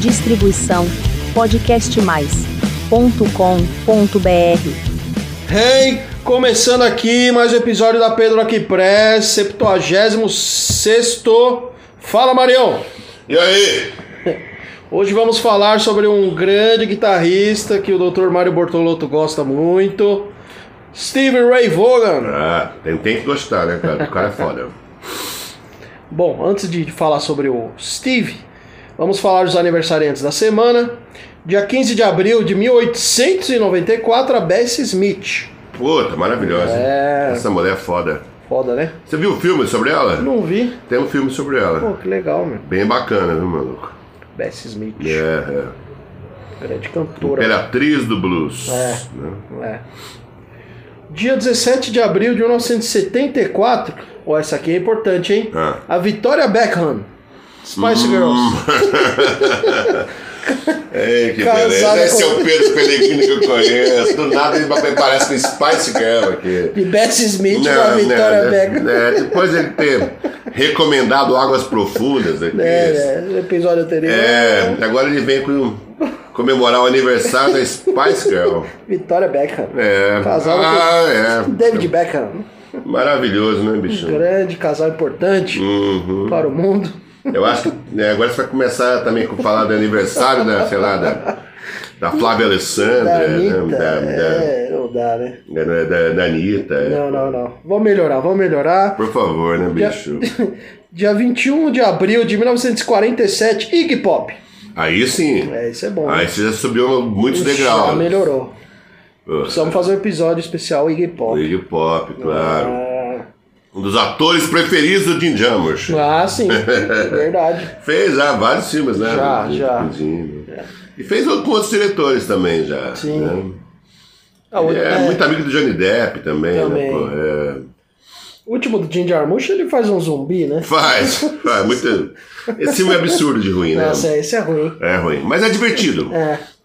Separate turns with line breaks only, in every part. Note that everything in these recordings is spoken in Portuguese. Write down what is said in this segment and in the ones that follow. Distribuição podcastmais.com.br.
Hey, começando aqui mais um episódio da Pedro Aqui Press, 76 Fala Marião!
E aí?
Hoje vamos falar sobre um grande guitarrista que o Dr. Mário Bortolotto gosta muito, Steve Ray Vaughan.
Ah, tem, tem que gostar, né, cara? O cara é foda.
Bom, antes de falar sobre o Steve, vamos falar dos aniversariantes da semana. Dia 15 de abril de 1894, a Bessie Smith.
Puta, maravilhosa.
É.
Essa mulher é foda.
Foda, né?
Você viu o filme sobre ela?
Não vi.
Tem um filme sobre
Pô,
ela.
que legal, meu.
Bem bacana, viu, maluco?
Bessie Smith.
É, é.
Grande cantora.
Imperatriz do Blues.
É.
né?
É. Dia 17 de abril de 1974, ó, essa aqui é importante, hein?
Ah. Hum.
A Vitória Beckham, Spice Girls.
Ei, que
É, Casada
beleza. Esse
com- um-
é o Pedro Pellegrino que eu conheço. Do nada ele parece com Spice Girl aqui.
De Bessie Smith com a Vitória
né,
Beckham.
né, depois ele ter recomendado Águas Profundas. Né, que
É,
isso.
né? No episódio anterior.
É, agora ele vem com comemorar o aniversário da Spice Girl.
Vitória Beckham.
É.
Casal
ah, é.
David Beckham.
Maravilhoso, né, bicho?
Grande casal importante
Uhum.
para o mundo.
Eu acho que né, agora você vai começar também com falar do aniversário da, sei lá, da, da Flávia
Da
Alessandra,
Anitta.
né, da,
É, não dá, né?
da, da, da, da Anitta. é.
Não, não, não. Vamos melhorar, vamos melhorar.
Por favor, né, bicho?
Dia 21 de abril de 1947, Iggy Pop.
Aí sim.
É, isso é bom. né?
Aí você já subiu muitos
Ixi,
degraus.
já melhorou. Precisamos fazer um episódio especial Iggy Pop.
Iggy Pop, claro.
Ah,
Um dos atores preferidos do Jim Jarmusch.
ah, sim, verdade.
Fez já vários filmes, né?
Já,
Do- do-
já.
do Jim, né? E fez outro- com outros diretores também já.
Sim.
né?
Ah, o,
Ele é,
é,
muito amigo do Johnny Depp também,
Também.
né? pô? É.
o último do Jim Jarmusch, ele faz um zumbi, né?
Faz, faz. Muito... Esse filme é absurdo de ruim, né?
Nossa, esse é ruim.
É ruim. Mas é divertido.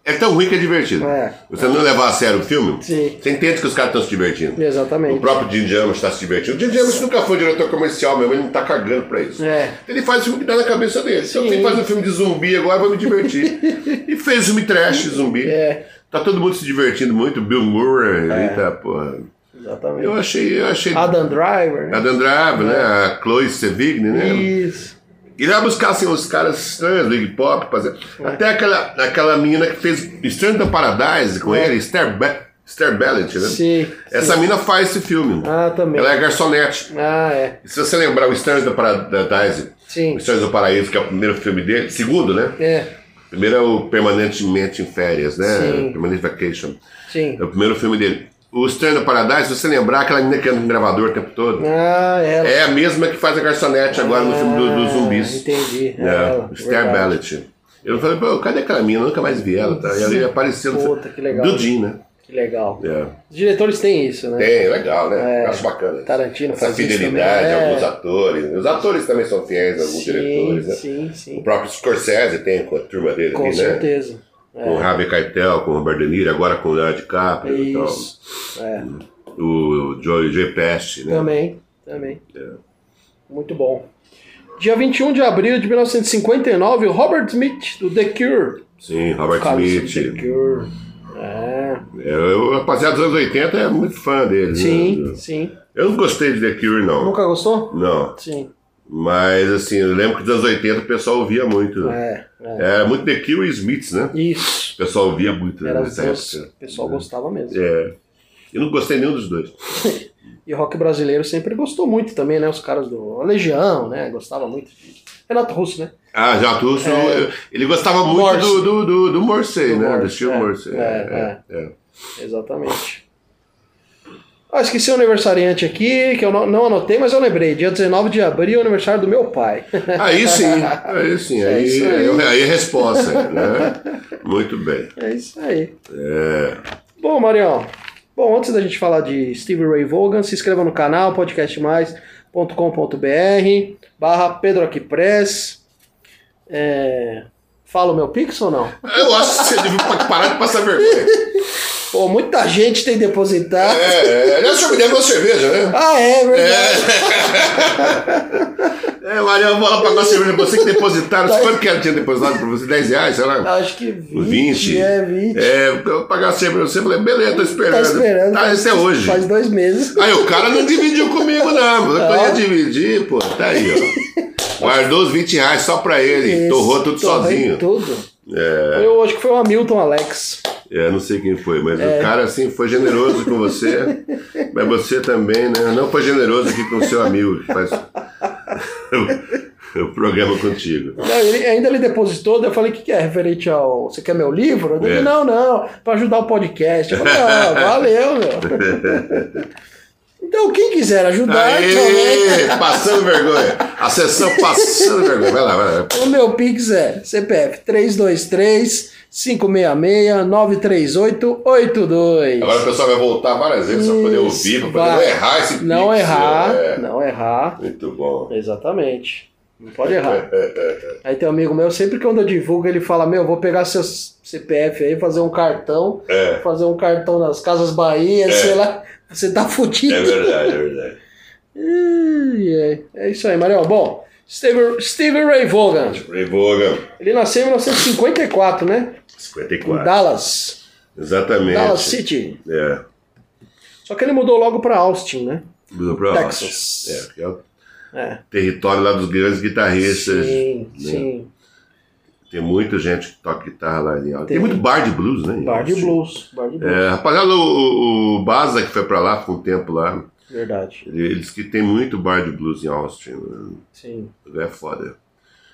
É.
tão ruim que é divertido.
É.
Você não levar a sério o filme,
Sim.
você entende que os caras estão se divertindo. O
Exatamente.
próprio Jim Jarmusch está se divertindo. O Jim Jarmusch nunca foi um diretor comercial mesmo, ele não tá cagando pra isso.
É.
Ele faz o filme que dá na cabeça dele. Se eu
Sim.
tenho que fazer um filme de zumbi agora, eu vou me divertir. e fez filme trash zumbi.
É.
Tá todo mundo se divertindo muito. Bill Murray, eita porra.
Exatamente.
Eu achei. Eu achei...
Adam Driver.
A
né?
Dan Driver, né? A Chloe Sevigny, né?
Isso.
E lá buscassem os caras estranhos, do Iggy Pop, fazer.
É.
Até aquela, aquela menina que fez Estranho da Paradise com ele, Esther, Be Esther Bellet, né?
É. Sim,
Essa mina faz esse filme.
Ah, também.
Ela é garçonete.
Ah, é.
Se você lembrar o Estranho da Paradise,
Sim.
o Estranho do Paraíso, que é o primeiro filme dele, segundo, né?
É,
Primeiro é o Permanentemente em Férias, né?
Sim.
Permanent Vacation.
sim.
É o primeiro filme dele. O Estranho da Paradise, se você lembrar, aquela menina que anda com gravador o tempo todo.
Ah, ela.
É a mesma que faz a garçonete agora no filme do- dos
Ah,
zumbis.
entendi.
É,
Ela,
Star
verdade.
Ballet. Eu falei, pô, cadê aquela mina? Eu nunca mais vi ela, tá? E ela apareceu no
Puta, que legal.
do Jim, né?
Que legal.
É.
Os diretores têm isso, né?
Tem, legal, né? Eu Acho bacana. isso.
Tarantino
Essa
faz isso
fidelidade
Tá também,
a
é.
alguns atores. Os atores também são fiéis a alguns
Sim,
diretores, né?
sim,
O
sim.
próprio Scorsese tem com a turma dele
Com
ali, né?
certeza. É,
Com o Harvey Keitel, com o Robert De Niro, agora com o Leonardo DiCaprio e tal.
Isso. Então, É.
O Joey G. Pest, né? É.
Também, também. Muito bom. Dia 21 de abril de 1959, o Robert Smith, do The Cure.
Sim, Robert
Carlos
Smith.
The Cure. É.
É, eu- O rapaziada dos anos 80 é muito fã dele. né?
Sim, sim.
Eu não gostei de The Cure, não.
Nunca gostou?
Não.
Sim.
Mas, assim, eu lembro que dos anos 80 o pessoal ouvia muito.
É. é.
Era muito The Cure e Smiths, né?
Isso.
O pessoal ouvia muito
Era os
nessa
dois.
época.
O pessoal gostava mesmo.
É. Eu não gostei nenhum dos dois.
E o rock brasileiro sempre gostou muito também, né? Os caras do a Legião, né? Gostava muito. de- Renato Russo, né?
Ah, já Russo,
É.
eu- ele gostava muito
Morse.
do, do, do, do Morse,
Do
né? Do
Morse,
Steel
é. É,
Morse. É, é, é.
Exatamente. Ah, esqueci o aniversariante aqui, que eu não, não anotei, mas eu lembrei. Dia 19 de abril, aniversário do meu pai.
Aí sim, aí sim,
É
aí,
isso aí.
aí. é resposta, né? Muito bem.
é isso aí.
É.
Bom, Marião. Bom, antes da gente falar de Steve Ray Vaughan, se inscreva no canal podcastmais.com.br barra Pedro Aqui Press. É... Fala o meu pix ou não?
Eu acho que você devia parar de passar vergonha.
Pô, muita gente tem depositado.
É, aliás, o senhor me deu uma cerveja, né?
Ah, é, verdade.
É, o Ariel, eu vou lá pagar uma cerveja pra você que depositaram.
Tá
Sabe Quanto que ela tinha depositado pra você? 10 reais, sei lá.
Acho que 20.
20.
É, 20.
É, eu vou pagar a cerveja pra você. Eu falei, beleza, tô esperando.
Tá esperando.
Tá,
faz-
esse é hoje.
Faz dois meses.
Aí o cara não dividiu comigo, não. Eu ia dividir, pô. Tá aí, ó. Guardou os 20 reais só pra ele.
Esse,
Torrou tudo
torrei
sozinho.
Tudo.
É,
Eu acho que foi o Hamilton Alex.
é, não sei quem foi, mas
É.
o cara, assim, foi generoso com você. mas você também, né? Não foi generoso aqui com o seu amigo que faz o- o programa contigo.
Não, ele- ainda ele depositou, daí eu falei, o que, que é referente ao... Você quer meu livro? Ele
É.
não, não, pra ajudar o podcast. Eu falei, ah, valeu, meu. Então, quem quiser ajudar, também,
Aê, passando vergonha. A sessão passando vergonha. Vai lá, vai lá.
o meu Pix é CPF 323 566 93882.
Agora o pessoal vai voltar várias vezes pra poder ouvir, pra poder não
Vai.
errar esse
Não
pix,
errar,
é.
não errar.
Muito bom.
Exatamente. Não pode
É,
errar. Aí tem um amigo meu, sempre que quando eu divulgo, ele fala: Meu, vou pegar seu CPF aí, fazer um cartão,
É.
fazer um cartão nas Casas Bahia, sei lá. Você tá fudido.
É verdade, é verdade.
Ai, ai. É isso aí, Marião. Bom, Steve, Steve Ray Vaughan.
Ray Vaughan,
Ele nasceu em 1954, né? Em
54.
Dallas.
Exatamente.
Dallas City.
É.
Só que ele mudou logo pra Austin, né?
Mudou pra
Texas.
Austin. É, que é o
É.
território lá dos grandes guitarristas.
Sim, sim.
Tem muita gente que toca guitarra lá em Austin. Tem,
Tem.
muito bar de blues, né? em
Bar de
Austin.
blues. Bar de blues.
É, rapaziada, o, o, o Baza que foi pra lá, ficou um tempo lá.
Verdade.
Ele, ele disse que tem muito bar de blues em Austin. né?
Sim.
O lugar é foda.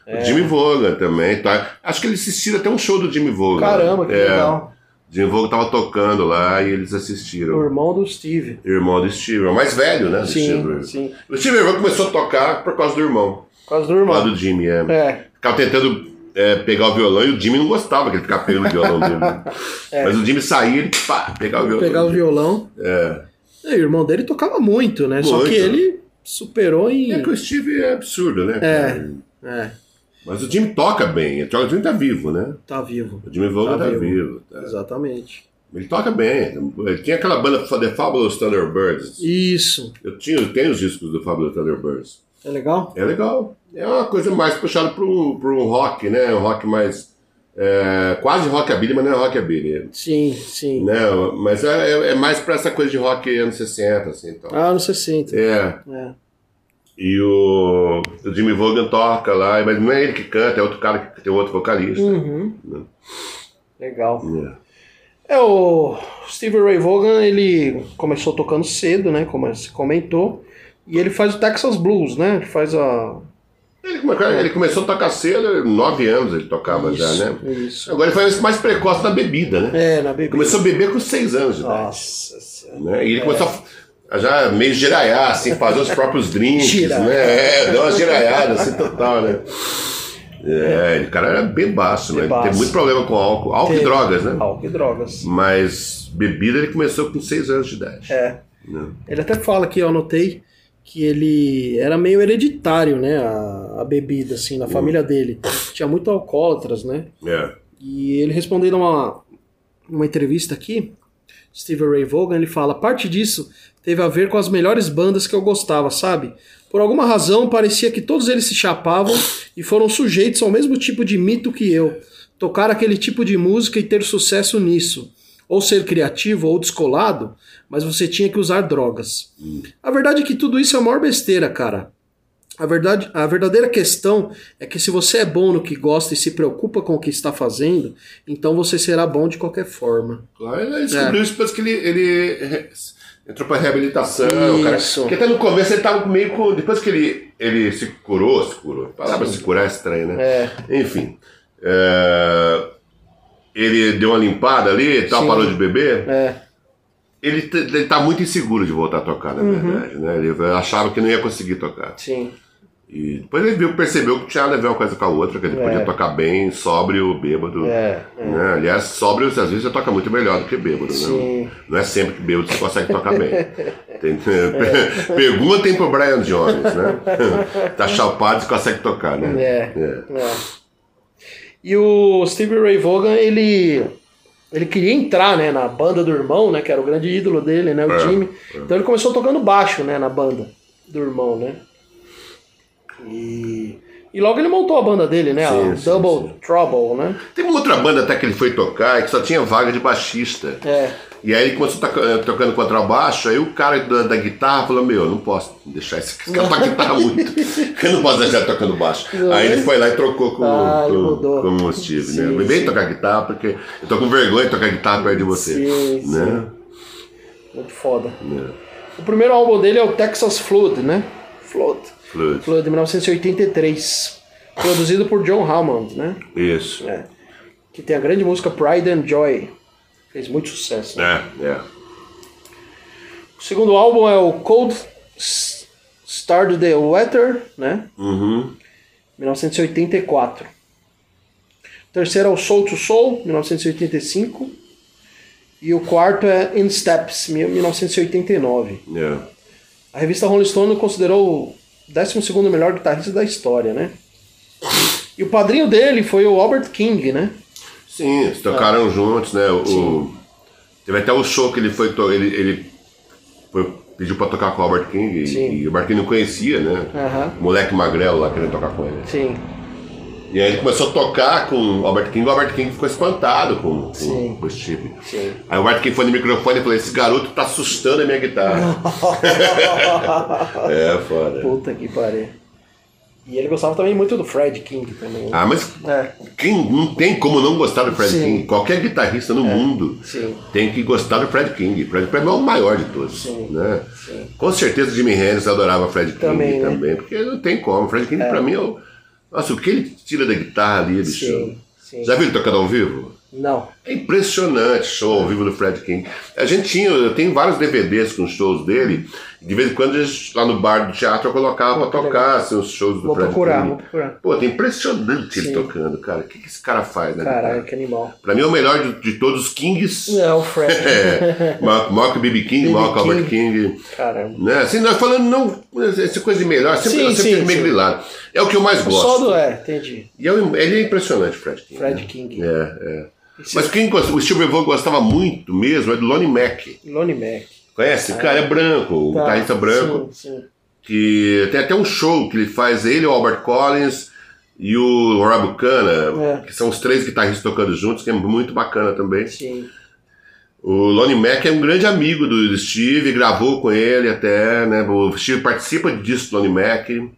O Jimmy Vaughan também, tá? Acho que eles assistiram até um show do Jimmy Vaughan.
Caramba, que
É,
legal.
O Jimmy Vaughan tava tocando lá e eles assistiram.
O irmão do Steve.
Irmão do Steve, é o mais velho, né? do
Sim,
Steve.
sim.
O Steve Irwin começou a tocar por causa do irmão,
Por causa do
por
irmão.
causa do Jimmy. É.
É,
Ficava tentando é, pegar o violão e o Jimmy não gostava que ele ficava pegando o violão dele. Mas o Jimmy saía ele pá, É. pegava o violão.
pegar o violão.
É.
E o irmão dele tocava muito, né? Só
Muito.
que ele superou em.
É que o Steve é absurdo, né? cara?
É,
Mas o Jimmy toca bem. O Jimmy tá vivo, né?
tá vivo.
O Jimmy Vaughan tá,
Tá
vivo.
vivo.
tá.
Exatamente.
Ele toca bem. Ele tinha aquela banda The Fabulous Thunderbirds.
Isso.
Eu, tinha, eu tenho os discos do Fabulous Thunderbirds.
É legal?
É legal. É uma coisa mais puxada para um, pra um rock, né? Um rock mais. É, quase rockabilly, mas não é rockabilly.
Sim, sim.
Né? Mas é, é- é mais para essa coisa de rock anos 60, assim. Então.
Ah, não 60.
É.
É.
E o, o Jimmy Vaughan toca lá, mas não é ele que canta, é outro cara que tem outro vocalista.
Uhum. Legal.
É.
É, o Steve Ray Vaughan, ele começou tocando cedo, né? Como você comentou. E ele faz o Texas Blues, né? Ele faz a.
Ele, come- ele começou a tocar cedo, 9 anos ele tocava
isso,
já, né?
Isso.
Agora ele foi mais precoce na bebida, né?
É, na bebida.
Começou a beber com 6 anos de idade.
Nossa senhora.
né? E ele começou a f- a já meio giraiar, assim, fazer os próprios drinks,
Giraiar.
né? É, deu uma giraiada, assim, total, né? É, ele, o cara era bebaço, né? Ele
Bebaço.
teve muito problema com álcool, álcool e
Teve.
drogas, né?
Álcool e drogas.
Mas bebida ele começou com 6 anos de idade.
É.
né?
Ele até fala que eu anotei que ele era meio hereditário, né? A, a bebida, assim, na família dele. Tinha muito alcoólatras, né?
É.
E ele respondendo uma, uma entrevista aqui, Steve Ray Vaughan, ele fala: parte disso teve a ver com as melhores bandas que eu gostava, sabe? Por alguma razão, parecia que todos eles se chapavam e foram sujeitos ao mesmo tipo de mito que eu. Tocar aquele tipo de música e ter sucesso nisso. Ou ser criativo ou descolado, mas você tinha que usar drogas. A verdade é que tudo isso é a maior besteira, cara. A, verdade, a verdadeira questão é que se você é bom no que gosta e se preocupa com o que está fazendo, então você será bom de qualquer forma.
Claro, ele
É.
descobriu isso depois que ele, ele re- entrou pra reabilitação, cara.
Isso.
Porque até no começo ele tava meio com. Depois que ele, ele se curou, se curou. A palavra se curar é estranha, né?
É,
Enfim. é, ele deu uma limpada ali e tal,
Sim.
parou de beber.
é.
Ele, t- ele tá muito inseguro de voltar a tocar,
Uhum.
na verdade, né? Ele achava que não ia conseguir tocar.
Sim,
E depois ele viu, percebeu que tinha nada a ver uma coisa com a outra, que ele
É.
podia tocar bem, sóbrio, bêbado.
é.
Né? Aliás, sóbrio às vezes você toca muito melhor do que bêbado, né?
Sim.
Não é sempre que bêbado você consegue tocar bem. Tem,
É.
Perguntem pro Brian Jones, né? tá chapado, você consegue tocar, né?
É. É. E o Steve Ray Vaughan, ele Ele queria entrar, né, na banda do irmão, né, que era o grande ídolo dele, né, o
É,
time.
é.
Então ele começou tocando baixo, né, na banda do irmão, né. E, e logo ele montou a banda dele, né,
Sim,
a
sim,
Double
sim.
Trouble, né.
Teve uma outra banda até que ele foi tocar que só tinha vaga de baixista.
É,
E aí ele começou toca- eh, tocando contrabaixo, aí o cara da, da guitarra falou, meu, eu não posso deixar esse cara tocar guitarra muito. Eu não posso deixar ele tocando baixo. Aí ele foi lá e trocou com,
Ah, ele
com,
é? mudou.
com o Steve,
Sim,
né? Vem bem
sim.
tocar guitarra, porque eu tô com vergonha de tocar guitarra perto de você.
Sim,
né?
muito foda.
Né?
O primeiro álbum dele é o Texas Flood, né, Flood.
Fluid.
Flood, de 1983. Produzido por John Hammond, né,
Isso. É,
é, que tem a grande música Pride and Joy. Fez muito sucesso, né?
é.
O segundo álbum é o Cold S- Start the Weather, né?
Uhum.
1984. O terceiro é o Soul to Soul, 1985. E o quarto é In Steps, mi- 1989.
É.
A revista Rolling Stone o considerou o 12 melhor guitarrista da história, né? E o padrinho dele foi o Albert King, né?
Sim, eles tocaram
Ah.
juntos, né? O, teve até o show que ele foi. to- Ele, ele foi- pediu pra tocar com o Albert King e-
Sim.
e o Albert King não conhecia, né?
Aham.
O moleque magrelo lá querendo tocar com ele.
Sim,
E aí ele começou a tocar com o Albert King, o Albert King ficou espantado com,
Sim.
com, com o Steve.
sim.
Aí o Albert King foi no microfone e falou: Esse garoto tá assustando a minha guitarra. é, foda.
Puta que pariu. E ele gostava também muito do Fred King também. né?
Ah, mas
É.
quem, não tem como não gostar do Fred
Sim. É.
King. Qualquer guitarrista no mundo
sim.
tem que gostar do Fred King. Fred King é o maior de todos.
Sim.
Né? Com certeza o Jimmy Hendrix adorava Fred King
Também,
também,
né?
porque não tem como. O Fred King, pra mim, é o... Nossa, o que ele tira da guitarra ali, bicho?
Sim, sim.
Já viu ele tocando ao vivo?
Não.
É impressionante show ao vivo do Fred King. A gente tinha, eu tenho vários DVDs com shows dele. De vez em quando, a gente, lá no bar do teatro, eu colocava pra tocar assim, os shows do
Vou
Fred
procurar,
King.
vou procurar.
Pô, é impressionante ele
Sim.
tocando, cara. O que, que esse cara faz, né?
Caralho,
guitarra?
que animal.
Pra mim é o melhor de, de todos os Kings.
É, o Fred.
É, maior maior que o B.B. King,
B.B.
maior que o Albert King.
Caramba.
Né? Assim, nós falando não, essa coisa de melhor, sempre,
Sim,
eu sempre
sim,
fico meio
sim.
grilado. É o que eu mais gosto.
Só do. É, entendi.
E é um- ele é impressionante, o Fred King.
Fred
né?
King.
É, é. Mas quem gosta- o Steve Vogue gostava muito mesmo é do Lonnie Mack.
Lonnie Mac.
Conhece? O cara é branco, o
Ah, Tá,
guitarrista branco.
Sim, sim.
Que tem até um show que ele faz, ele, o Albert Collins e o Roy Buchanan,
É.
que são os três guitarristas tocando juntos, que é muito bacana também.
Sim.
O Lonnie Mack é um grande amigo do do Steve, gravou com ele até, né? O Steve participa disso do Lonnie Mack.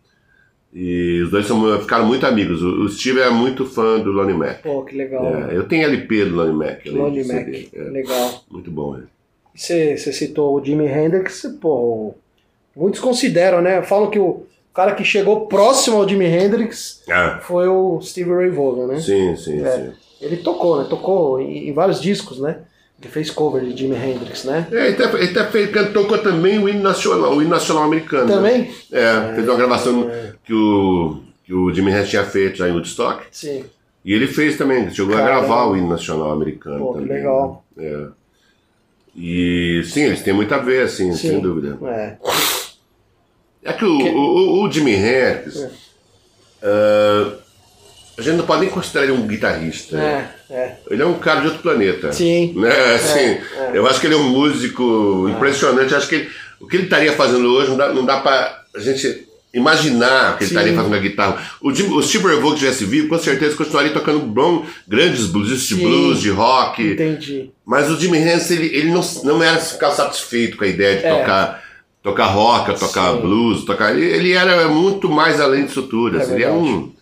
E os dois são- ficaram muito amigos. O o Steve é muito fã do Lonnie Mack.
Pô, que legal.
É, eu tenho LP do Lonnie Mack. além
Lonnie
de
Mac.
CD. É,
Legal.
muito bom ele.
Você você citou o Jimi Hendrix, pô. Muitos consideram, né? Falam que o cara que chegou próximo ao Jimi Hendrix
Ah,
foi o Steve Ray Vaughan, né?
sim, sim,
É.
sim.
Ele tocou, né? Tocou em, em vários discos, né? Ele fez cover de Jimi Hendrix, né?
É, ele até, ele até fez, can- tocou também o hino nacional, o hino nacional americano. né?
Também?
É, fez uma gravação que o, que o Jimmy Hess tinha feito já em Woodstock.
Sim.
E ele fez também, chegou
Caramba.
a gravar o hino nacional americano
Pô, que
também.
legal.
né? É. E sim, eles têm muito a ver, assim,
Sim.
sem dúvida.
É.
É que o, o, o Jimmy Hendrix,
É.
ah, a gente não pode nem considerar ele um guitarrista. né?
É, é.
Ele é um cara de outro planeta.
Sim.
Né? Assim,
É,
Eu acho que ele é um músico impressionante. Eu Acho que ele- o que ele estaria fazendo hoje não dá, não dá pra a gente imaginar o que ele
Sim.
estaria fazendo na guitarra. O, Jim- o Steve Ray Vaughan, que tivesse vivo, com certeza continuaria tocando bom, grandes blues, de
Sim.
blues, de rock.
Entendi.
Mas o Jimmy Hendrix, ele, ele não, não era ficar satisfeito com a ideia de
É.
tocar, tocar rock, tocar
Sim.
blues, tocar. Ele, ele era muito mais além disso tudo.
É
assim, ele era
verdade.
um,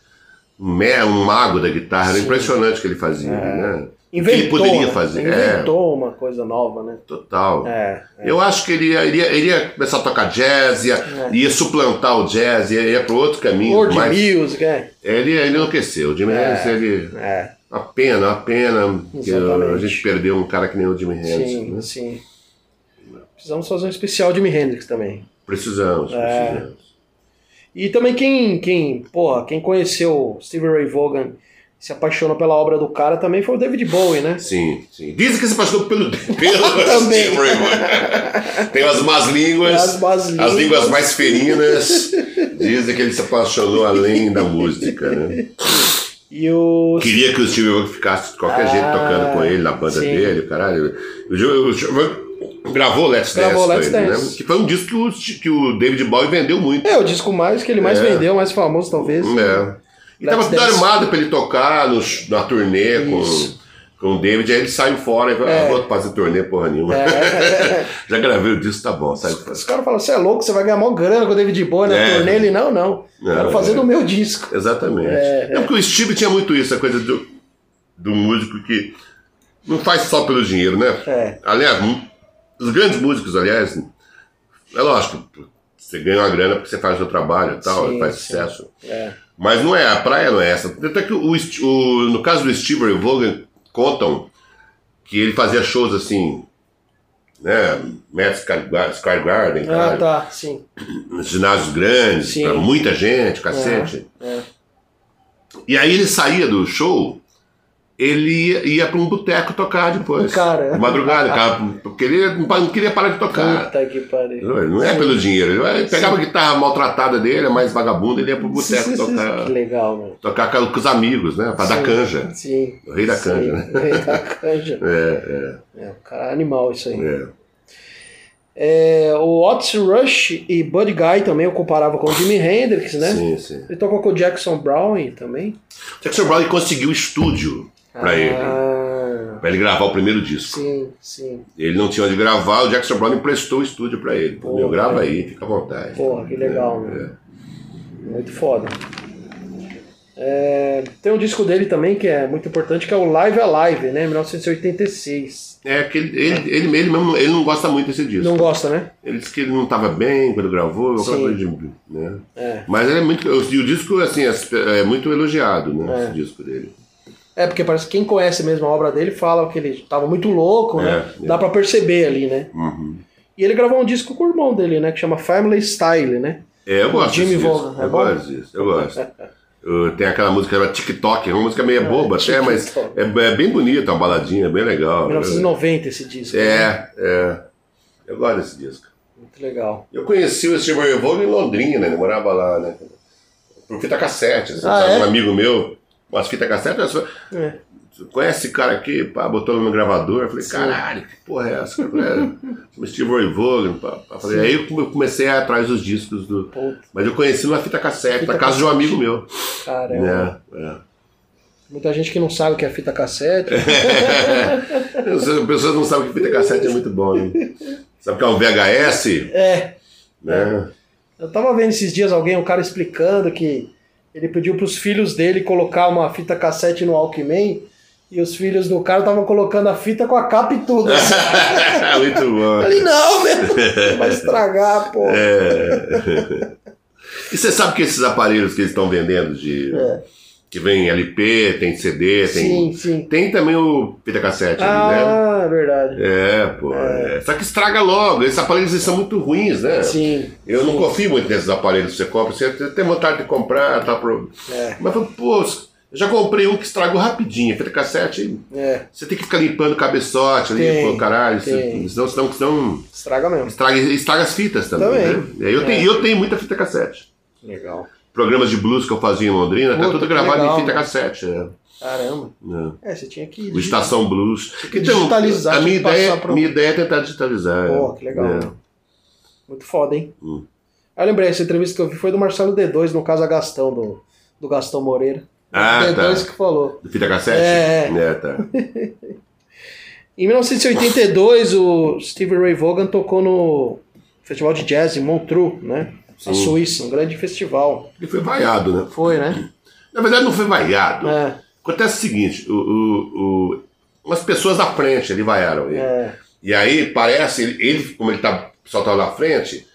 um, mé- um mago da guitarra, era
Sim. É.
impressionante o que ele fazia, né? O que
Inventou,
ele poderia
né?
fazer. É,
Inventou uma coisa nova, né?
total.
É.
Eu acho que ele ia, ele ia- ele ia começar a tocar jazz, ia,
É.
ia suplantar o jazz, ia, ia para outro caminho.
World
mas
Music, é.
ele, ele enlouqueceu. O Jimmy
É.
Hendrix, ele.
É.
Uma pena, uma pena. que a
Exatamente.
gente perdeu um cara que nem o Jimmy Hendrix.
Sim,
né?
sim. Precisamos fazer um especial Jimi Hendrix também.
Precisamos,
É.
precisamos.
E também quem, quem, porra, quem conheceu o Steve Ray Vaughan e se apaixonou pela obra do cara também foi o David Bowie, né?
Sim, sim. Dizem que se apaixonou pelo, pelo
Também.
Steve Ray Vaughan. Tem as más línguas,
As más línguas.
línguas mais ferinas. Dizem que ele se apaixonou além da música, né?
E o gosto.
Queria que o Steve Vai ficasse de qualquer
Ah,
jeito tocando com ele na banda
sim.
dele, caralho. O Ju- o Ju- vai- gravou Let's
Gravou
Dance,
Let's
com ele,
Dance.
Né? que foi um disco que o, Sti- que o David Bowie vendeu muito.
É, o disco mais que ele mais
É.
vendeu, mais famoso talvez.
É. E
Let's
tava tudo
Dance.
armado pra ele tocar no sh- na turnê com,
Isso.
com o David, aí ele saiu fora e falou,
É.
ah, vou fazer turnê porra nenhuma.
É.
Já gravei o disco, tá bom, sai fora.
Os caras falam, você é louco, você vai ganhar mó grana com o David Bowie na
É.
turnê. Ele, não, não.
Não,
Quero fazer
é.
no meu disco.
Exatamente.
É,
É, porque o Steve tinha muito isso, a coisa do, do músico que não faz só pelo dinheiro, né?
É.
Aliás, mu- os grandes músicos, aliás, é lógico, você ganha uma grana porque você faz o seu trabalho e tal,
Sim,
faz
sim.
sucesso.
É.
Mas não é, a praia não é essa. Até que o, St- o- no caso do Steve Ray Vaughan, contam que ele fazia shows assim, né? Met Sky Gar- Sky Garden,
Ah,
caralho,
tá, sim.
ginásios grandes,
Sim.
pra muita gente, cacete.
É.
E aí ele saía do show, ele ia, ia pra um boteco tocar depois.
Cara.
De madrugada, cara, porque ele não pa- não queria parar de tocar.
Puta que pariu.
Ele Não é pelo dinheiro. Ele vai- pegava a guitarra maltratada dele, a mais vagabunda, ele ia pro boteco tocar,
Que legal, mano.
tocar com, com os amigos, né? Pra dar
Sim,
canja.
Sim.
O rei da canja, né?
Sim, o Rei da canja.
É,
É, o cara é animal isso aí.
é.
É, o Otis Rush e Buddy Guy também eu comparava com o Jimi Hendrix, né?
Sim, sim.
Ele tocou com o Jackson Brown também.
Jackson Brown conseguiu estúdio pra ele.
Ah,
Pra ele gravar o primeiro disco.
sim, sim.
Ele não tinha onde gravar, o Jackson Brown emprestou o estúdio pra ele. Pô,
Porra.
meu, grava aí, fica à vontade.
Porra, que legal,
É,
né?
é.
Muito foda. É, tem um disco dele também que é muito importante, que é o Live Alive, né? 1986.
É que ele, ele, ele, ele mesmo ele não gosta muito desse disco.
Não gosta, né?
Ele disse que ele não estava bem quando gravou, aquela
Sim.
coisa de. Né?
É.
Mas ele é muito. O, o disco, assim, é, é muito elogiado, né?
É.
Esse disco dele.
É, porque parece que quem conhece mesmo a obra dele fala que ele tava muito louco, né?
É, é.
Dá pra perceber ali, né?
Uhum.
E ele gravou um disco com o irmão dele, né? Que chama Family Style, né?
É, eu gosto
Jimmy
desse disco.
Vaughan, é
Eu
bom?
gosto disso, eu gosto. Eu- Tem aquela música que chama TikTok, é uma música meio boba até, mas
Ah, TikTok.
é, é bem bonita, uma baladinha, bem legal.
1990 esse disco. né?
Ah, É, é. Eu gosto desse disco.
Muito legal.
Eu conheci o Steve Ray Vaughan em Londrina, ele morava lá, né? Por fita cassete, assim,
Ah,
sabe?
é?
Um amigo meu, umas fitas cassete, eu só-
É.
Tu conhece esse cara aqui? Pá, botou no meu gravador. Eu falei, caralho, que porra é essa? Eu falei, é, Steve Ray Vaughan. Pá, pá. Eu falei, aí eu come- comecei a ir atrás dos discos do.
Puta,
Mas eu conheci numa fita cassete,
Fita
na casa de um amigo meu.
caramba.
né é.
Muita gente que não sabe o que é fita cassete.
As pessoas não sabem que fita cassete é muito bom, né? Sabe o que é um VHS?
é.
Né?
Eu tava vendo esses dias alguém, um cara explicando que ele pediu pros filhos dele colocar uma fita cassete no Walkman e os filhos do cara estavam colocando a fita com a capa e tudo. assim.
muito
Eu falei,
bom.
não, meu. Vai estragar, pô.
É. E você sabe que esses aparelhos que eles estão vendendo de.
É.
Que vem LP, tem CD, tem.
Sim, sim.
Tem também o fita cassete ali, né?
Ah, verdade.
É, pô. é. Só que estraga logo. Esses aparelhos eles são muito ruins, né?
Sim.
Eu não confio muito nesses aparelhos que você compra. Você tem vontade de comprar, tá? Pro...
É,
Mas, pô, eu já comprei um que estragou rapidinho. Fita cassete,
é.
você tem que ficar limpando o cabeçote ali,
Tem,
pô, caralho.
tem.
Você, senão, senão, senão
Estraga mesmo.
estraga, estraga as fitas também,
Também. É.
né? E aí Eu, tenho, eu tenho muita fita cassete.
Legal.
Programas de blues que eu fazia em Londrina,
Puta,
tá tudo
que
gravado
legal,
em fita
mano.
cassete. É,
Caramba.
né?
É, você tinha que ir.
O Estação Blues. Então,
que digitalizar,
a
tinha
minha
que passar
ideia,
pra um-
minha ideia é tentar digitalizar.
Pô, que legal.
né?
Muito foda, hein?
Hum.
Ah, Eu lembrei, essa entrevista que eu vi foi do Marcelo D2, no caso a Gastão, do, do Gastão Moreira.
Ah,
o D2
tá.
que falou.
Do fita cassete?
É, é.
tá.
Em 1982, o Steve Ray Vaughan tocou no Festival de Jazz em Montreux, né? Na
Sim.
Suíça, um grande festival.
Ele foi vaiado, né?
Foi, né?
Na verdade, não foi vaiado.
É,
Acontece o seguinte: o, o, o- umas pessoas da frente ali vaiaram ele.
é,
E aí, parece, ele, ele, como ele tá, o pessoal tava na frente,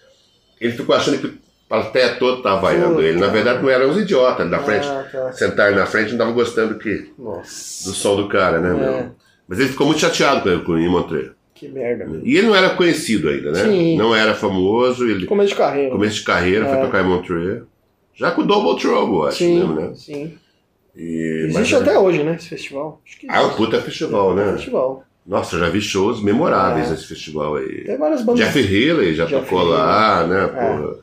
ele ficou achando que a plateia toda tava vaiando
Puta.
ele. Na verdade, não eram os idiotas ali na
Ah,
frente.
tá.
Sentaram na frente e não estavam gostando que,
nossa,
do som do cara, né,
É.
meu? Mas ele ficou muito chateado com, com o Imontre.
que merda. meu.
E ele não era conhecido ainda, né?
Sim.
Não era famoso, ele
Começo de carreira.
começo de carreira,
É.
foi tocar em Montreux. Já com o Double Trouble, acho,
sim,
mesmo, né?
sim.
E-
Existe
mas-
até hoje, né, esse festival? Acho que
Ah, é um puta festival, né?
festival.
Nossa, eu já vi shows memoráveis
É.
nesse festival aí.
Tem várias bandas.
Jeff Healey já
Jeff É.
tocou
Healey.
lá, né? porra.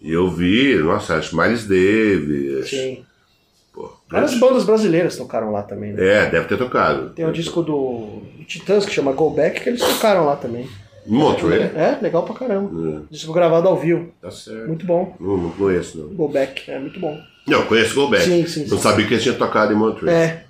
E eu vi, nossa, acho Miles Davis,
Sim,
Pô,
Várias
grande-
bandas brasileiras tocaram lá também, né?
É, deve ter tocado.
Tem um disco do Titãs que chama Go Back que eles tocaram lá também.
Em Monterey?
É, legal pra caramba.
É,
Disco gravado ao vivo.
tá certo.
Muito bom.
Não, não conheço, não.
Go Back, é muito bom.
Não, conheço Golbeck.
Sim, sim,
Não
sim.
sabia que eles tinham tocado em Monterey.
É.